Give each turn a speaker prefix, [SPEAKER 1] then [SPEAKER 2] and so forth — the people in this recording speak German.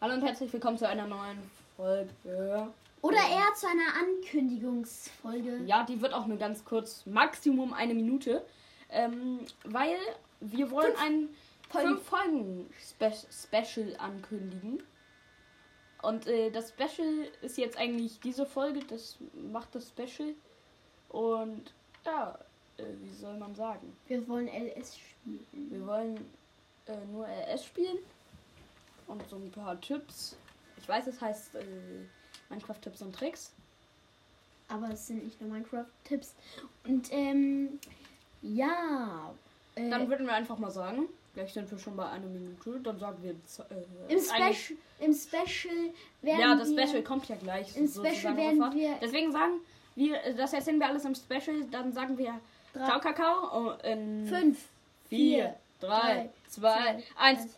[SPEAKER 1] Hallo und herzlich willkommen zu einer neuen Folge.
[SPEAKER 2] Oder eher zu einer Ankündigungsfolge.
[SPEAKER 1] Ja, die wird auch nur ganz kurz, Maximum eine Minute. Ähm, weil wir wollen ein
[SPEAKER 2] Folgen.
[SPEAKER 1] fünf Folgen Spe Special ankündigen. Und äh, das Special ist jetzt eigentlich diese Folge, das macht das Special. Und ja, äh, wie soll man sagen?
[SPEAKER 2] Wir wollen LS spielen.
[SPEAKER 1] Wir wollen äh, nur RS spielen und so ein paar Tipps. Ich weiß, es heißt äh, Minecraft-Tipps und Tricks.
[SPEAKER 2] Aber es sind nicht nur Minecraft-Tipps. Und ähm, ja. Äh,
[SPEAKER 1] Dann würden wir einfach mal sagen, gleich sind wir schon bei einer Minute, dann sagen wir... z- Äh,
[SPEAKER 2] im,
[SPEAKER 1] eigentlich-
[SPEAKER 2] Special, im Special werden
[SPEAKER 1] Ja, das
[SPEAKER 2] wir,
[SPEAKER 1] Special kommt ja gleich.
[SPEAKER 2] Im
[SPEAKER 1] sozusagen
[SPEAKER 2] Special werden
[SPEAKER 1] sofort.
[SPEAKER 2] wir-
[SPEAKER 1] Deswegen sagen wir, äh, das erzählen wir alles im Special, dann sagen wir
[SPEAKER 2] Drei-
[SPEAKER 1] Ciao Kakao und in
[SPEAKER 2] Fünf,
[SPEAKER 1] 4, 3,
[SPEAKER 2] drei,
[SPEAKER 1] 2,
[SPEAKER 2] zwei,
[SPEAKER 1] 1,
[SPEAKER 2] eins.